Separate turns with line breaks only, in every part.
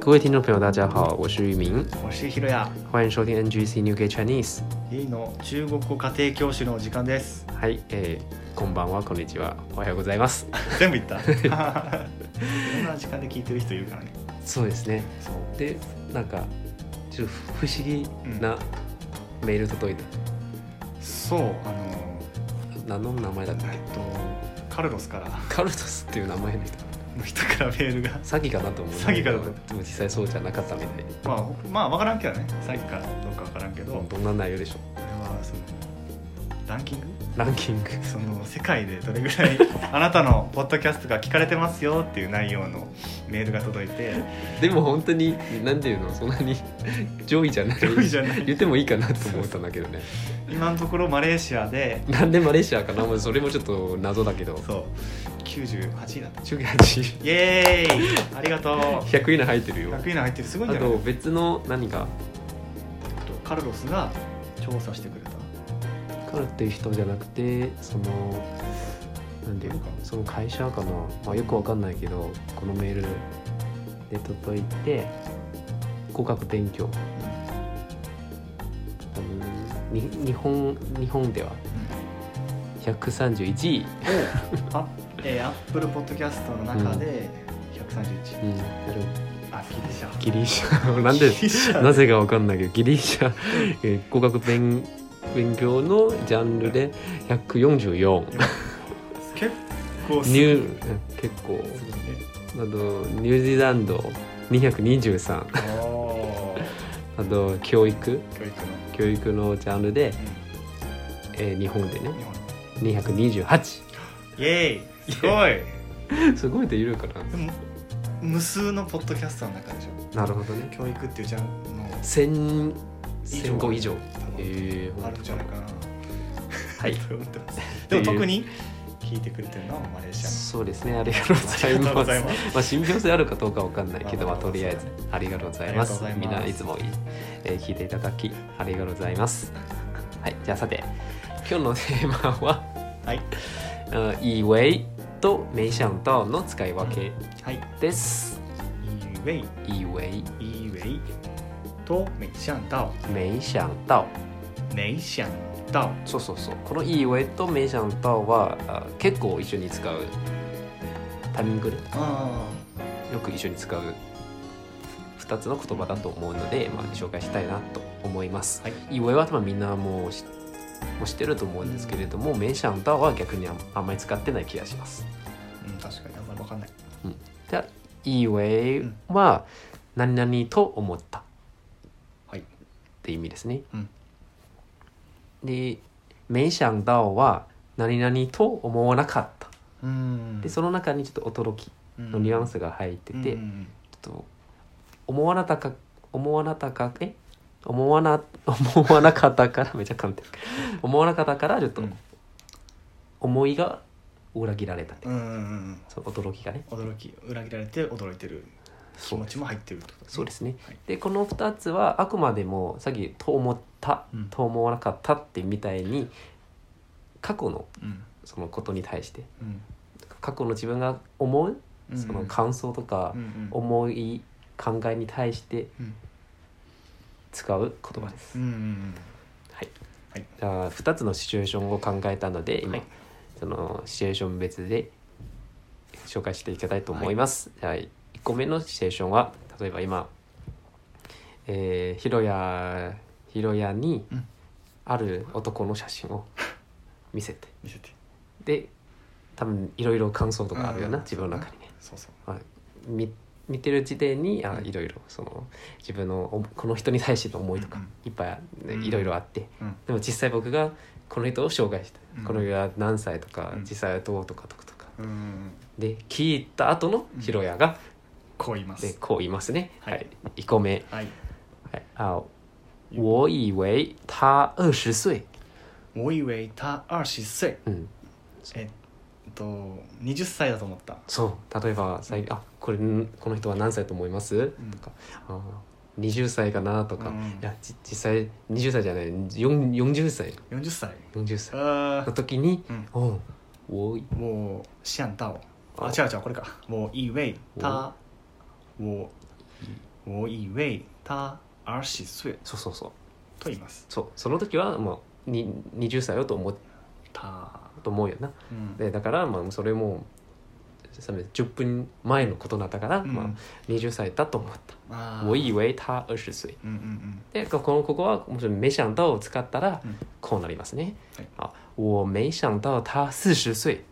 各位听众朋友，大家好，我是玉明，
我是ひろや。
欢迎收听 NGC New K Chinese。
いいの中国語家庭教師の時間です。
はい、えー、こんばんは、こんにちは、おはようございます。
全部言った。いろんな時間で聞いてる人いるからね。
そうですね。
そう。
で、なんかちょっと不思議なメール届いた。
そう。あの
何の名前だったっ
え
け？
っとカルロスから
カルトスっていう名前の人。
の人からメールが。
詐欺かなと思う。
詐欺かなと
でも実際そうじゃなかったみたいで。
まあまあわからんけどね。さっきからどうかわからんけど、こ
どんな内容でしょ
れはそのランキング？
う。ランキング。
その世界でどれぐら いあなたのポッドキャストが聞かれてますよっていう内容のメールが届い て、
でも本当に何ていうのそんなに上位じゃない。
上位じゃない
言ってもいいかなと思ったんだけどね。
今のところマレーシアで
なんでマレーシアかな、まあ、それもちょっと謎だけど。
そう98位だった。
中8
イエーイありがとう
100位内入ってるよ
100位内入ってるすごいん
あ
じゃない
と別の何か
カルロスが調査してくれた
カルっていう人じゃなくてそのなんていうかその会社かな、まあ、よくわかんないけどこのメールで届いて合格勉強多分に日本日本では131位、
あえー、アップルポッドキャストの中で131、
うん、やる
あギリシャ
ギリシャなんで
ギリシ ャ
なぜかわかんないけどギリシャ、えー、語学勉勉強のジャンルで144
結構す
ニ
ごい
ュー結構
すごいね
あとニュージーランド223
おおー
あと教育
教育の、
教育のジャンルで、
う
えー日本でね
ん、日本
228
イエーイすごい
すごいって言うかな
でも無数のポッドキャストの中でしょ
なるほどね
教育っていうジャンルの
1000
以上
1005以上
多分
えー
あるんじゃないかな
はい
と思ってます
てい
で
う
も特に聞いてくれてるのはマレーシアの
そうですねありがとうござい
ありがと
ま
うご
す
ざいます
まあ信憑性あるかどうかわかんないけど、まあ、とりあえずありがとうございます
あり
み
が
ん
とうござ
な
います
いつも、えー聞いていただきありがとうございますはいじゃあさて今日のテーマは
はい
「あ以为」と「没想到」の使い分け
はい
です
以为
「以为
以为と没想到
没想到
没想到」
そうそうそうこの「以为」と「没想到は」あ結構一緒に使うタイミングで
あ
よく一緒に使う2つの言葉だと思うので、まあ、紹介したいなと思います。
はい
い、はまあみんなもう知もう知ってると思うんですけれども、名シャンターは逆にあんあんまり使ってない気がします。
うん確かにあんまりわかんない
じゃあ、いいは何々と思ったっ
はい
て意味ですね。
うん
で、名シャンターは何々と思わなかった。
うん
で、その中にちょっと驚きのニュアンスが入ってて、
うん
ちょっと思わなたか思わなたかえ思わな 思わなかったからめちゃ簡単思わなかったからちょっと
うん
思いが裏切られた、
うんうんうん
そう驚きがね
驚き裏切られて驚いてる気持ちも入ってるってこと
そうですすね、
はい
でこの2つはあくまでもさっき「と思った」
うん
と思わなかった」ってみたいに過去の
うん
そのことに対して
うん
過去の自分が思う
うん
その感想とか
うんうん
思い考えに対して
うん
使う言葉です、
うんうんうん
はい
はい
じゃあ2つのシチュエーションを考えたので今、
はい
そのシチュエーション別で紹介していきたいと思います、はい、1個目のシチュエーションは例えば今えー、ひろやひろやに
うん
ある男の写真を見せて
見せて
で多分いろいろ感想とかあるよな、
うん
自分の中にね、
そうそう
はい、み見てる時点にあいろいろその自分のおこの人に対しての思いとか
うんうん
いっぱい、ね
うん
いろいろあって、
うん
でも実際僕がこの人を紹介した、
うん
この人は何歳とか、
うん
実際はどうとかとかとか
うんうんうん
で聞いた後のヒロヤが、
こう言いま
ね
す
こう言いますね、
は
はいい、1個目、
はい
はい、あ我以为他二十岁、
我以为他二十岁
うん、
えっと20歳だと思った、
そう例えば最近あこれんこの人は何歳と思います?
うん」
とか「あ20歳かな?」とか、
うん
いやじ実際20歳じゃないよん40歳
40歳
40歳
あ
の時に
うん
「おうおい
ー我想到
あ
あ違う違うこれか我以为他我我以为他二十岁
そうそうそう
と言います。
そうその時はもうに20歳よと思う
他、
と思うよな
うん、
でだからまあそれもさ10分前のことだったから、
うん、
まあ、20歳だと思った
あ
我以为他20歳
うんうんうん。
でここのここはもしメシャンタを使ったら
うん
こうなりますね、
はい
あ我没想到他40歳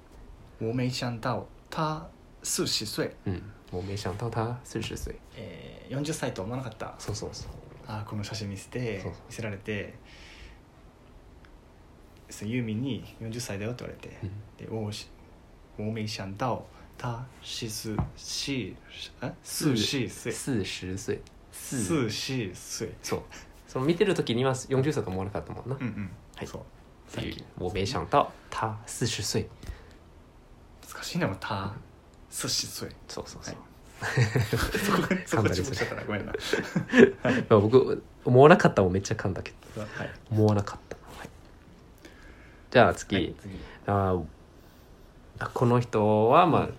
我没想到他四十岁、
うん我没想到他40歳
えー、40歳と思わなかった
そうそうそう
あーこの写真見せて
そう
見せられてそうユーミンに「40歳だよ」って言われて
うん
「で我し我没想到他四十四え四十岁
40歳
四十岁
そうその見てる時には40歳と思わなかったもんな、
うんうん、
はい
そう
っていう我没想到他40歳
難しいねもう他 四十岁
そうそうそう、
そこそこ注目しちゃったなごめんな、
まあ僕思わなかったもめっちゃ噛んだけど
はい
思わなかった、はい、じゃあ次、
はい、次
あーあこの人はまあ、
うん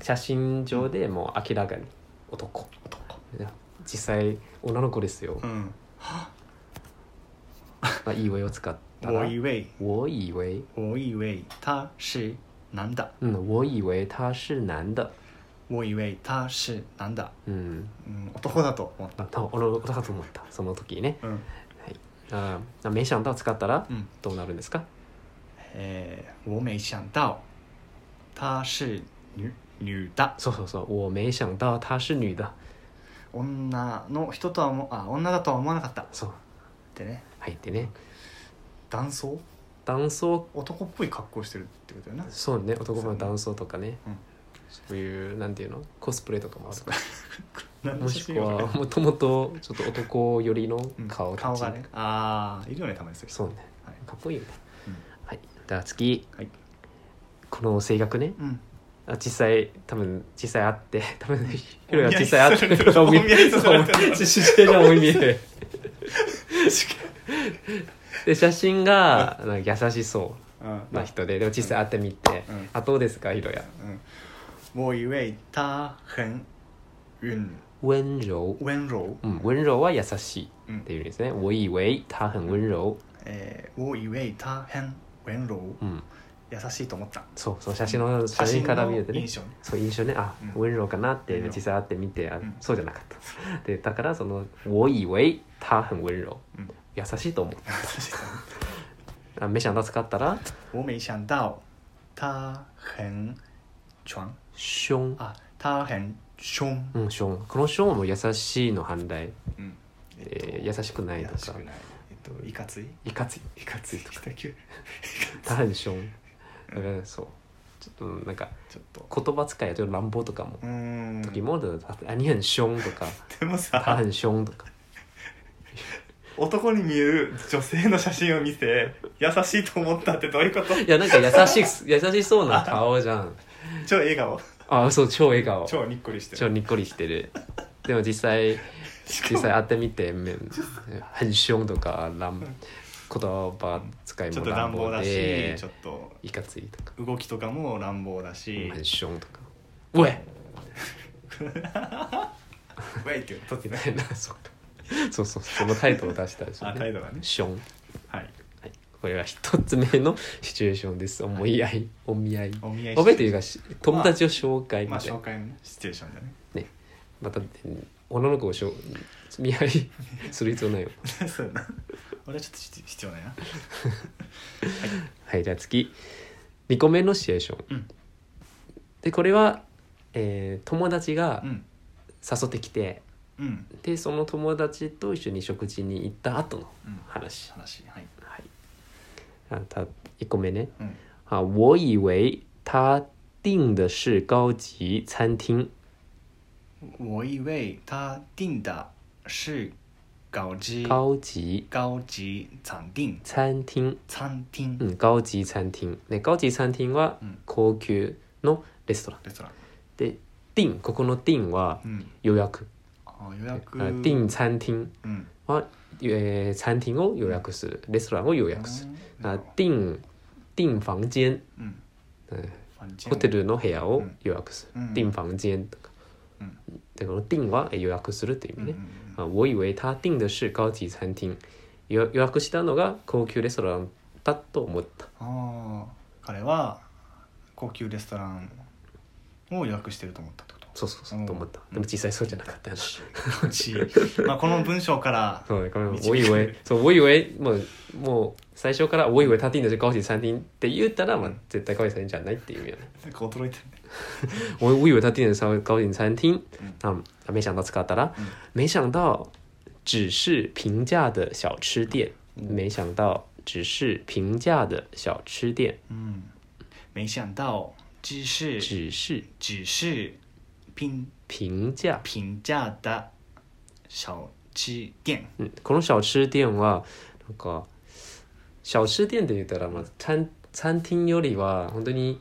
写真上でもう明らかに男
男
いや実際女の子ですよ、
うん
まあ、いいウェイを使ったら
我以为
我以为
我以为他是男的，
うん我以为他是男的
我以为他是男的。
うん
うん、男だと思っ
あ多分男だと思ったその時ね
た。うん、
あーメシャンタを使ったら
うん、
どうなるんですか
えー、我没想到他是女女だ。
そうそうそう我没想到他是女的
女の人とは思あ女だとは思わなかったっ
そう
てね。
入ってね
男装
男装
男っぽい格好してるってことよな。
そうね男の男装とかね
うん
そういうなんていうのコスプレとかもあるから
何の
もし
写
く
真よ
はもともとちょっと男寄りの顔
うん、
た
顔
ち、
がね。ああいるよねたまにそういう人。
そうね
はい。
かっこいいよね、
うん
はいじゃあ次
はい。
この性格ね
うん。
あ実際多分実際あって 多分ヒロが実際あって
お見合いする
そうお見合いししてじゃんお見合い で写真がなんか優しそ
うん
うな人ででも実際会ってみて、
うん
あどうですかヒロヤ
うん。我以为他很温
温柔
温柔。
うん温柔は優しい
うん
っていう意味ですね我以为他很温柔
えー、我以为他很温柔
うん
優しいと思った
そうそう写真の写真から見ると
写真の
ね
印象ね
そう印象ねあ、
うん
温柔かなって
温柔
実際会ってみてあ、
うん
そうじゃなかったでだからその「我以为他很温柔
うん」
優しいと思う
優しいと思っ
あメシャンダ使ったら
た我没想到他很壮
「ション」
あ他很凶
うん「ション」この「ション」も優しいの反対、
うんえ
えー優しくないと
優し
か
くないえっといかつい
いかつい
いかついとかちょ
「他很ション」だからそうちょっとなんか
っと
言葉遣いはちょっと乱暴とかも
うーん
時も「あに很ション」とか
で
「
も
他
さ
很ション」とか
男に見える女性の写真を見て優しいと思ったってどういうこと
いやなんか優しい 優しそうな顔じゃん
超笑顔
あそう超笑顔
超にっこりして
超
る
にっこりしてるでも実際実際会ってみてめ很凶とか乱言葉使い
ちょ
も
っと
乱
乱暴
暴
だ
で
しちょっと
いかついとか
動きとかも乱暴だし
很凶とか「おい!」
ウェイって言う
み
ね
たいなそうかそうそう その態度を出したりす
あ
る
態度がね
凶
はい
はいこれが一つ目のシチュエーションです思い合いお見合い
お見合い
お見合いというかし友達を紹介み
まあ
たいな
紹介のねシチュエーションだね
ねまたうん女の子をしょ見合いする必要 ないよ
そうやな俺はちょっと必必要ないな
はいじゃあ次2個目のシチュエーション、
うん
でこれは、えー友達が
うん
誘ってきて、
うん
でその友達と一緒に食事に行った後の
うん
話、
話はい
はいあた1個目ね
うん
あ我以为他订的是高级餐厅
我以为他订的是高级
高级
高级餐厅
餐厅
餐厅
うん高級餐厅ね高級餐厅は
うん
高級のレストラン
レストラン
でディンここのディンは
うん
予約
あ予約
あディン餐厅
うん
は、えー、餐厅を予約するレストランを予約するあディンディン房間
うん
うん
ファンチェン
ホテルの部屋を予約する、
うん
ディン房間とか
うん
だから定は予約するっていう意
う
味
ん
ね。あ我以为他订的是高级餐厅予予約したのが高級レストランだと思った
ああ彼は高級レストランを予約してると思っ たってこと
そうそうそううんと思ったでも実際そうじゃなかったよね
こっちまあこの文章から
そうねこれ
導
我以为そう我以为もうもう最初から我以为他订的是高級餐厅って言ったら、まあ
うん、
絶対高級餐厅じゃないっていう意味よね
なんか驚いてるね
我我以为他订的是高级餐厅
嗯，
那、嗯、没想到使ったら、
嗯
没想到只是平价的小吃店，
嗯
没想到只是平价的小吃店，
うん没想到只是
只是
只是平
平价。
平价的小吃店
うんこの小吃店はなんか小吃店で言ったらまあ餐餐厅よりは本当に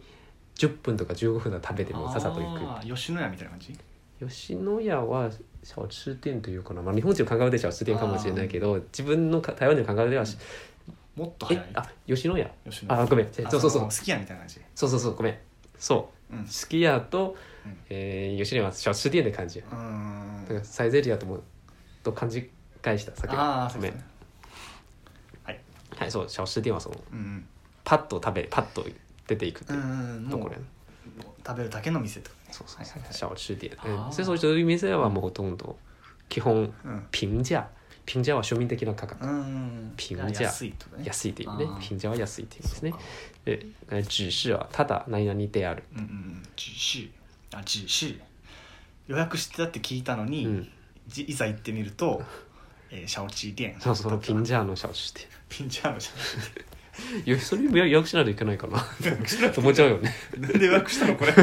10分とか15分は食べてもさっさと行く。
あー吉野家みたいな感じ
吉野家は小吃店というかな、まあ、日本人の感覚で小吃店かもしれないけど自分のか台湾人の感覚ではし
もっと
え
早い
あ吉野家
吉野家
あごめんそうそうそう
の好きやみたいな感じ
そうそうそうごめんそう
うん
すき家と
うん、
えー、吉野家は小吃店で感じや
うーん
だからサイゼリアともと勘違いしたさっき
ああそ
ご
うで
め
すね
んはいそう小吃店はその
うん
パッと食べパッと出ていくって
う
い
ん
う
うん
と
も
こ
う
ろやね
食べるだけの店ってことね
そうそう
はいはいはい
小吃店
あー
うんでそういう店はもうほとんど基本
うん
平价平价は庶民的な価格
うん
ピン
じゃあ
じゃあ
安いってことね
安いっていうね
あー
平价は安いっていう意味ですね
そうか
でえー只是はただ何々である
うんうんうん只是あ只是予約してたって聞いたのに、
うん
じいざ行ってみると、えー、シャオチー店
そうそう
ピン
平价の小吃店
ピンジャーのシャオ
いやそれ予約しないといけないか な
チー店
と思っちゃうよね
なんで予約したの これ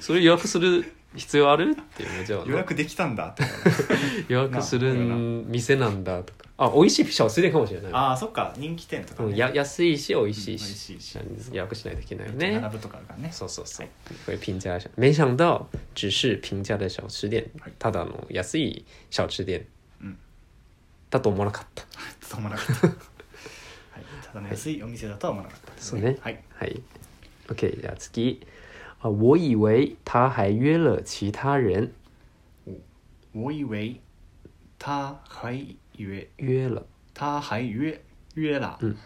それ予約する必要あるっていうねじゃあ
予約できたんだって
予約する
なこれな
店なんだとかあ美味しい小吃店かもしれない
ああそっか人気店とか、
うん
ね、
や安いし美味
う
し
ん
い
美味
し
しいし
予約しないといけないよ
めっちゃ
ね
並ぶとかあるからね
そうそうそう
は。
これ平价小，没想到只是平价的小吃店
はい、
ただの安い小吃店
うん
だと思わなかった。
ちょっと思わなか った、はい、ただの安いお店だとは思わなかったです
そうね
はい
はい。OK，じゃあ次。あ、我以为他还约了其他人。
我以为他还约
约了，
他还约约了、
うん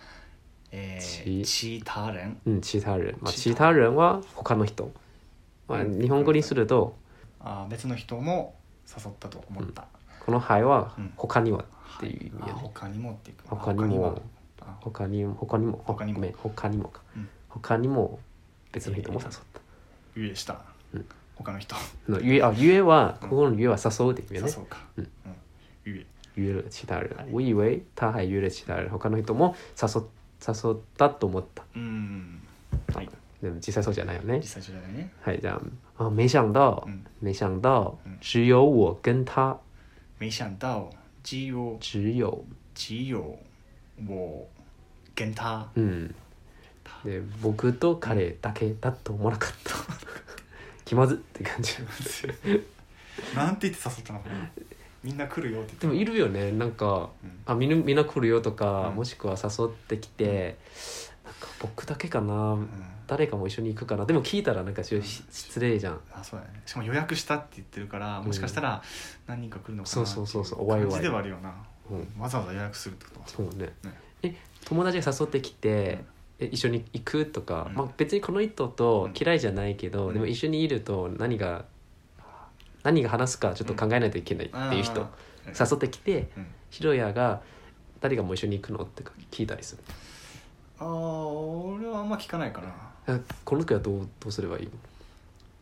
えー、
其
其他人
うん、其他人。まあ、
其
其他
他
人は他の人。まあ、
うん
日本語にすると、
あー別の人も誘ったと思った、
このはいは
うん
他にはっていう意味
あ
や
ー
ね。
他にもっていうか
他に
は
も、
あ
他にも、他にも、あ
他にも
ごめん、他にもか
うん。
他にも別の人も誘った。
ゆえした、
うん
他の人
のゆえあゆえは
うん
ここのゆえは誘うって意味
誘
よね。
うか、
うん
ゆえ
ゆえる其他人
はい。
我以为他还约了其他人。他の人も誘っ誘ったと思った。
うんはい
でも実際そうじゃないよね
実。際じゃないね
はいじゃああ没想到
うん
没想到
うん
只有我跟他
没想到只有
只有
只有我跟他
うん
他
で僕と彼だけだと思わなか った。気まずって感じ。
なんて言って誘ったのみんな来るよって言っ
で
て
もいるよねなんか。
うん
あみんなみんな来るよとか、
うん
もしくは誘ってきてなんか僕だけかな
うん
誰かも一緒に行くかなでも聞いたらなんかしし失礼じゃん
あそうだねしかも予約したって言ってるからもしかしたら何人か来るのか
そ
な
う
って
そうそうそう
い
おわいお
感
わい
じではあるよな、
うん
わざわざ予約するってことは
そうね
ね
え友達が誘ってきて、え一緒に行くとか、
うん
まあ、別にこの人と嫌いじゃないけど、
うん
でも一緒にいると何が何が話すかちょっと考えないといけないっていう人、
あー
誘ってきて
うん
ひろやが「誰がもう一緒に行くの?」って聞いたりする
あー俺はあんま聞かないかな
えこの時はどうどうすればいいの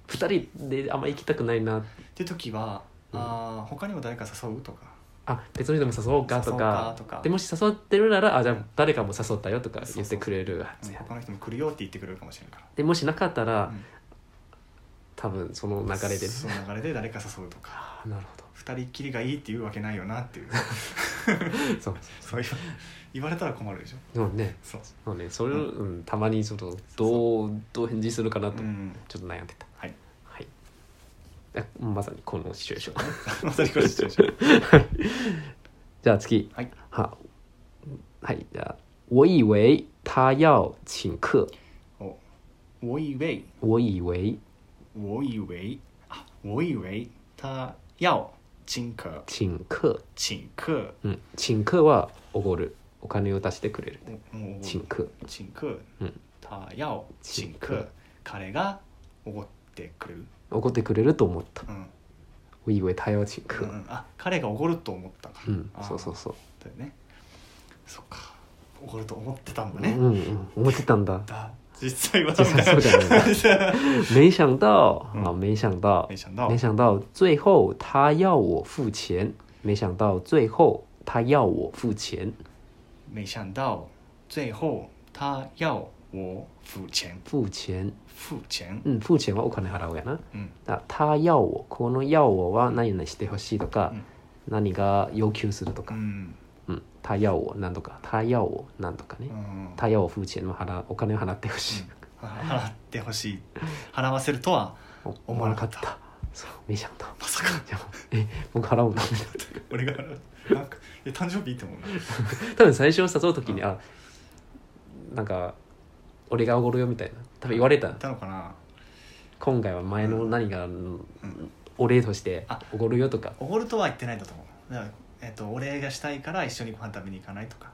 2人であんま行きたくないな
って時は、
うん
あー他にも誰か誘うとか
あ別の人も誘おうかと
誘
か
うかとか
でもし誘ってるならあじゃ
うん
あ誰かも誘ったよとか
そう
言っ
そ
て
う
くれるは
う
ず
ん
や
他の人も来るよって言ってくれるかもしれんから
でもしなかったら、
うん
多分その流れで
その流れで誰か誘うとか
あなるほ
二人っきりがいいって言うわけないよなっていう
ど そう
そういう言われたら困るでしょ
でもね
そう
そうねそれ、
うん
うん、たまにちょっとどうどう返事するかなと、
うん
ちょっと悩んでた
はい
はいあまさにこのシチュエーション
まさにこれシチュエーション
じゃあ次
はい
ははいじゃあ我以为他要请客
お我以为
我以为
我以为あ我以为他要请客
請客
请客
うん請客はおごるお金を出してくれる
おもう
請客
請客
うん
他要请
請
客彼がおごってくれる、
おごってくれると思った
うん
我以为他要請
う
客
んうんあ彼がおごると思ったか
うん
あー
そうそうそう
だよねそっかおごると思ってたんだ
う
ね、
んうん思ってたんだ
だ実際は
実際 そうじゃないんだ
だ
没想到
嗯
啊没想到
没想到
没想到最后他要我付钱没想到最后他要我付钱
没想到最后他要我付钱
付钱
付钱
うん付钱はお金払うやな
うん
だ他要我この要我は何々してほしいとか、何が要求すると
う
か、
ん
うん、他要我何とか他要我何とかね、
うん
他要我付钱の払うお金を払ってほしい、
払ってほしい払わせるとは
お思わなかったそうめちゃんと
まさか
じゃあえ僕払うの
俺が払うなんかいや誕生日いいと思うな
多分最初誘う時にあなんか俺がおごるよみたいな多分言われた
言ったのかな
今回は前の何が、
ん
お礼として
あ
おごるよとか
おごるとは言ってないんだと思うだから、えっとお礼がしたいから一緒にご飯食べに行かないとか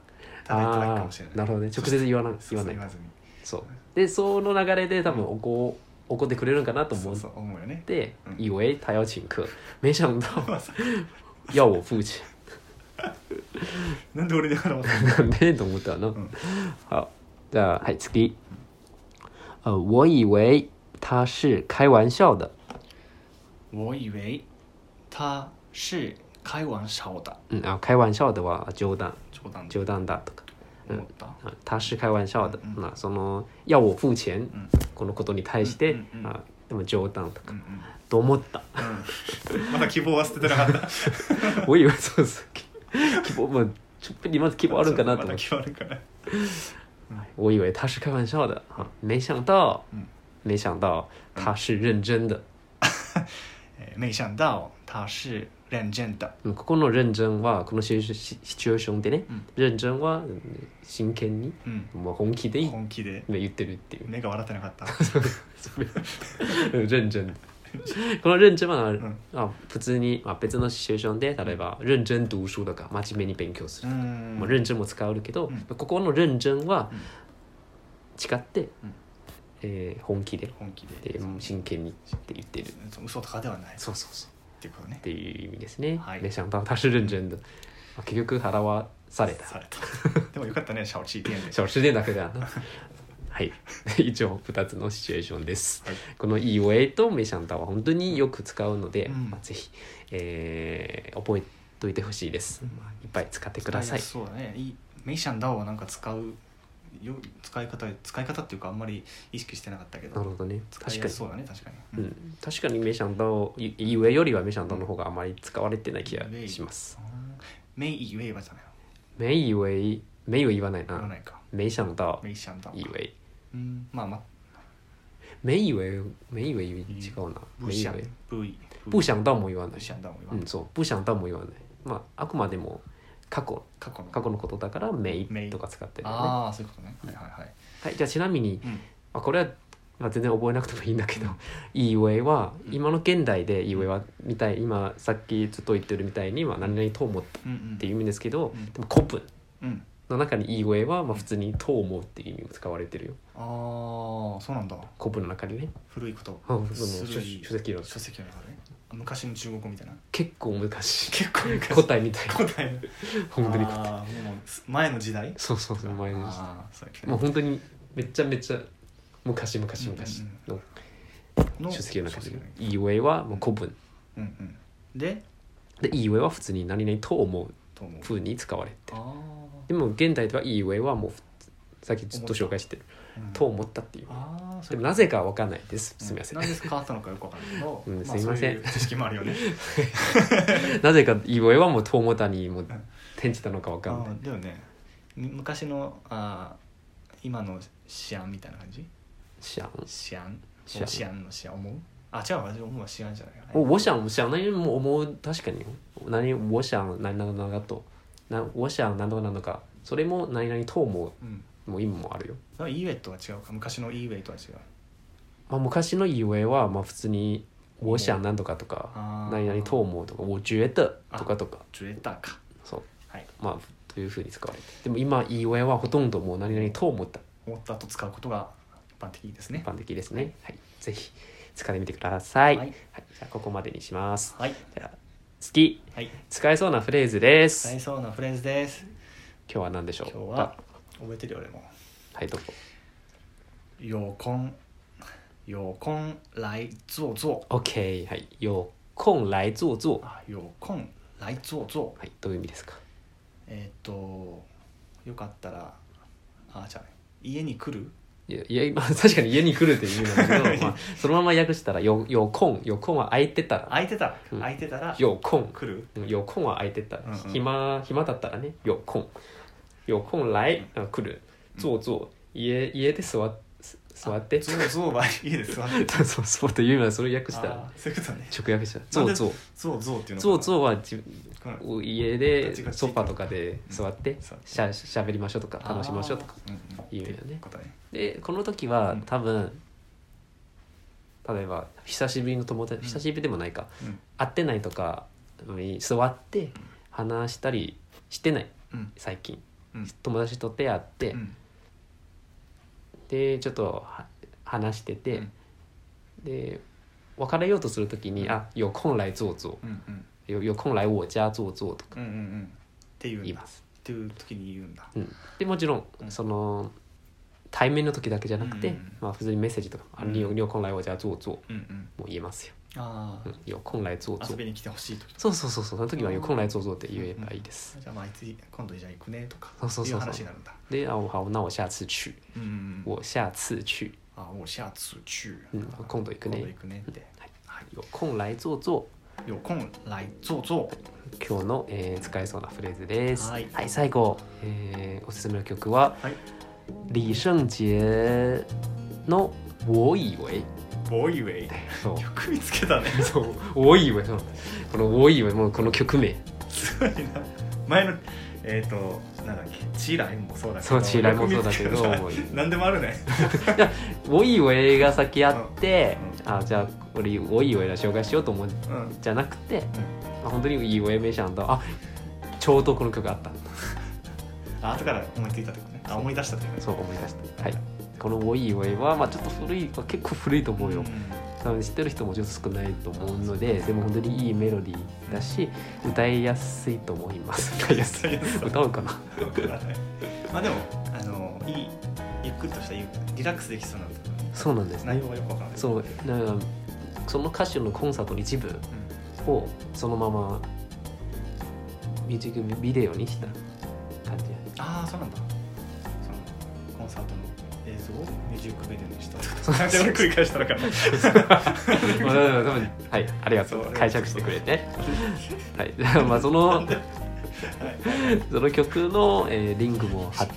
食べに行かないかもしれない
あーなるほどね直接言わない
そ
言
う
わ
そう
ない
言わずに
そうでその流れで多分おこ怒ってくれるんかなと
そ
思
う
っ
そう思うよね
て
うん
以为他要请客没想到
まさか
要我付钱
なんで俺で払わせる
なんでと思ったの
ん
好じゃあはい次呃我以为他是开玩笑的
我以为他是开玩笑的
うんあ開玩笑的は冗談
冗談で
冗談だとか
思った、
あ他是开玩笑的
うん
まあその要我付钱
ん
このことに対して
うんうんうん
あでも冗談とか
うんうん
と思 った
うん まだ希望は捨ててなかった。
我以为そうです希望まあちょっぴりまず希望あるんかなと思
まだ
って
希望あるんかな。
我以为他是开玩笑的啊，没想到，
嗯
没想到他是认真的。
えー没想到他是认真的。
うんここの认真はこのシチュエーションシチュエーションでね、
うん
認真はうん真剣に、
うん。
もう本気で
本気で
言ってる っていう。
目が笑ってなかった。
うん認真。この認真は、
ん
あ普通に、まあ、別のシチュエーションで例えば認真读書とか真面目に勉強す
う
る、
ん。
もう認真も使うけど、
うん
ここの認真は誓って、
うん
えー本気で
本気で
で。真剣にって言ってる。
嘘とかではない。っ
そうそうそう。
ていうことね
っ。ていう意味ですね。
はい
没想到他是认真的。まあ結局払わされた。
された。でもよかったね、シャオチーティエンで。
小吃店だけだ な。はい。 以上二つのシチュエーションです。
はい
このいいおえとめしゃんたは本当によく使うので、
うん
まあ、ぜひ、えー覚えといてほしいです。
うん
まあいっぱい使ってください。
そうだね。いいメイシャンダオはなんか使うよ使い方使い方っていうかあんまり意識してなかったけ
なる
ど。
ほどね。
使
確
い
か
や
に
す。そうだね確か
う
に。うん
ん、確かにメシャンダをいいいおえよりはメシャンダの方があまり使われてない気がします。
メイイウェイはじゃないの。
メイウェイ、メイは言わない
言わな
な。
いか。
メシャンダ、
メイシャンダオか。
いいおえ。
うんまあまあ。
メイウェイ、メイウェイ違うな。
不
メイウ
想
ェイ。
不意
不想到も言わな
不
い。
想到も言わ
う
ない
ん、そう。不想到も言わない。まあ、あくまでも過去、
過去の
過去のことだから、メ
メ
イ
イ
とか使ってるよね。は
ああそういうことねはいはいはい
い、じゃあちなみに、
うん
まあ、これは、まあ、全然覚えなくてもいいんだけど
うん、
いいウェイは、
うん
今の現代でいいウェイは、みたい、今、さっきずっと言ってるみたいに、まあ、何々と思ったっ
うんうん
ていう意味ですけど、
うん
でも古文
うん
の中にいいウェイは、まあ、普通にと思うっていう意味も使われてるよ。
ああそうなんだ
古文の中にね。
古いこと
あその
するい
書書籍の
書籍の中で昔の中国語みたいな
結構難しい。
結構昔
答えみたいな。
答え
本当に答え。
あーもう前の時代
そうそうそう前の人
ああそう
もう
や
本当にめちゃめちゃ昔昔昔の
の
書籍の中で
書
「いいウェイ」はもう古文
うんうんで
で「いいウェイ」は普通に「何々と思う
と思う」
風に使われて
あ
る
あ
でも現代では「いいウェイ」はもう普通さっきずっと紹介してる
う
「
ん
と思った」っていう
ああそ
で
れ
もなぜかわかんないですすみません
何で変わったのかよくわかんないけど
うん
あ
すいません
そういう知識もあるよね
なぜか「いいウェイ」はもう「と思た」にもう転じたのかわかん
あ
ない
ーだよねむ昔のあー今のシアンみたいな感じ
シャン
シアン
シアン
シアンのシアン思うあ違う私思うはシアンじゃない
お我想想何も思う確かに何我想何々なのかとな我想何とかなのかそれも何々と思
うん
うもう意味もあるよ
イーウェイとは違うか昔のイーウェイとは違う
まあ、昔のイーウェイはまあ普通に「我想なんとか」とか
あ
「
ー
何々と思う」とか「我觉得」とかとか
ジュエッターか
そう
はい
まあというふうに使われてでも今いい親はほとんどもう何々と思った
思った後使うことが一般的ですね
一般的ですねはいぜひ使ってみてください、
は
はいいじゃあここまでにします
はい
じゃあ次
はい
使えそうなフレーズです、
使えそうなフレーズです
今日は何でしょ
今
う
日は覚えてるよ俺も
あはいどうぞ
「有空有空来坐坐
OK はい「有空来坐坐」」
あ「有空来坐坐
はいどういう意味ですか」
えーっとよかったらあじゃあ家に来る
いやいや、まあ、 確かに家に来るっていう意味 なんだけど、まあ、そのまま訳したら「よよ空」「よ空」は空いてたら
空いてたら
うん
空いてたら
「よ空」
来る
うん有空は空いてたら、
うんうん
暇暇だったらね有空有空来、あ来る坐坐家家で座っす座って そ
坐坐は家で座って
うそうそうっていう のはそれ訳したら
あーそういうことね
直訳したら
なん
坐
で
坐
坐坐っていうの
坐
う
坐は自家
ガチガ
で
チ
ソファとかで座って
座って
しゃしゃべりましょうとか楽しみましょうとかいうよね
ことね
でこの時
う
は
ん
多分例えば久しぶりの友達久しぶりでもないか
うん
会ってないとかに座って話したりしてない
うん
最近
うん
友達と出会って、
うん
でちょっとは話してて、
うん
で別れようとするときに「あ有空来坐坐
うんうん」
有「有空来我家坐坐」とか
うんうんうんってい
言いう
っ
ます。
ていう時に言うんだ
うん、でもちろん、
うん
その対面の時だけじゃなくて、
うんうんうん
まあ、普通にメッセージとか「あ
うん
有有空来我家坐坐」
うんうん
も言えますよ。
あ
うん、有空来坐
あ遊
坐。
びに来てほしい時と
そうそうそうそうその時は「
うん
有空来坐坐」って言えばいいです。
じゃあまあいつ今度じゃあ行くねとか
そうそうそうそう
いう話になるんだ
で「あ好那我下次去
うんうんうん
我下次去
あ我下次去
うん今度行くね
今度行くねって
はい
はい
有空来坐坐」
有空来坐坐
今日の、えー使えそうなフレーズです。
はい
最後、えーおすすめの曲は
はい
李聖傑の「我以为
ボイウェイ」
そう
よく見つけたね
そう「我以为」そうこの「我以为」もうこの曲名
すごいな前のえっ、となんだっけチーライもそうだけど
そうチーライもそうだけど
よく見つけたな何でもあるね
「我以为」が先あって、あじゃあ俺「我以为」だ紹介しようと思うん
うん
じゃなくて、あ本当に「以为」めちゃんとあちょうどこの曲あった
あ後から思いついたってことねあ思い出したってことね
そう思い出した。はいこの「我以为」は、まあ、ちょっと古い結構古いと思うよ、
ん
多分知ってる人もちょっと少ないと思うのででも本当にいいメロディーだし歌いやすいと思います歌いやすい
そういうやつ
歌うかな
わからないまあでもあのいいゆっくりとしたゆリラックスできそうなんだけどね
そうなんです
内
ね
容がよくわからない
そうだからその歌手のコンサートの一部をそのままミュージックビデオにした感じ
ああそうなんだそのコンサートの映像をミュージックビデオにした
そう
なん で俺繰り返したのかな
まあだから多分はいありがとう
そう
解釈してくれてはい じゃあまあそ のその曲の、えーリングも貼っ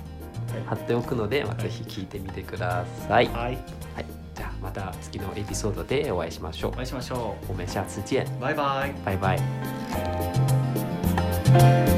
貼っておくので、まあ、ぜひ聴いてみてください
は
は
い
い、じゃあまた次のエピソードでお会いしましょう
お。会いしましょ
我们下次见，
うバイバイ
拜拜。
「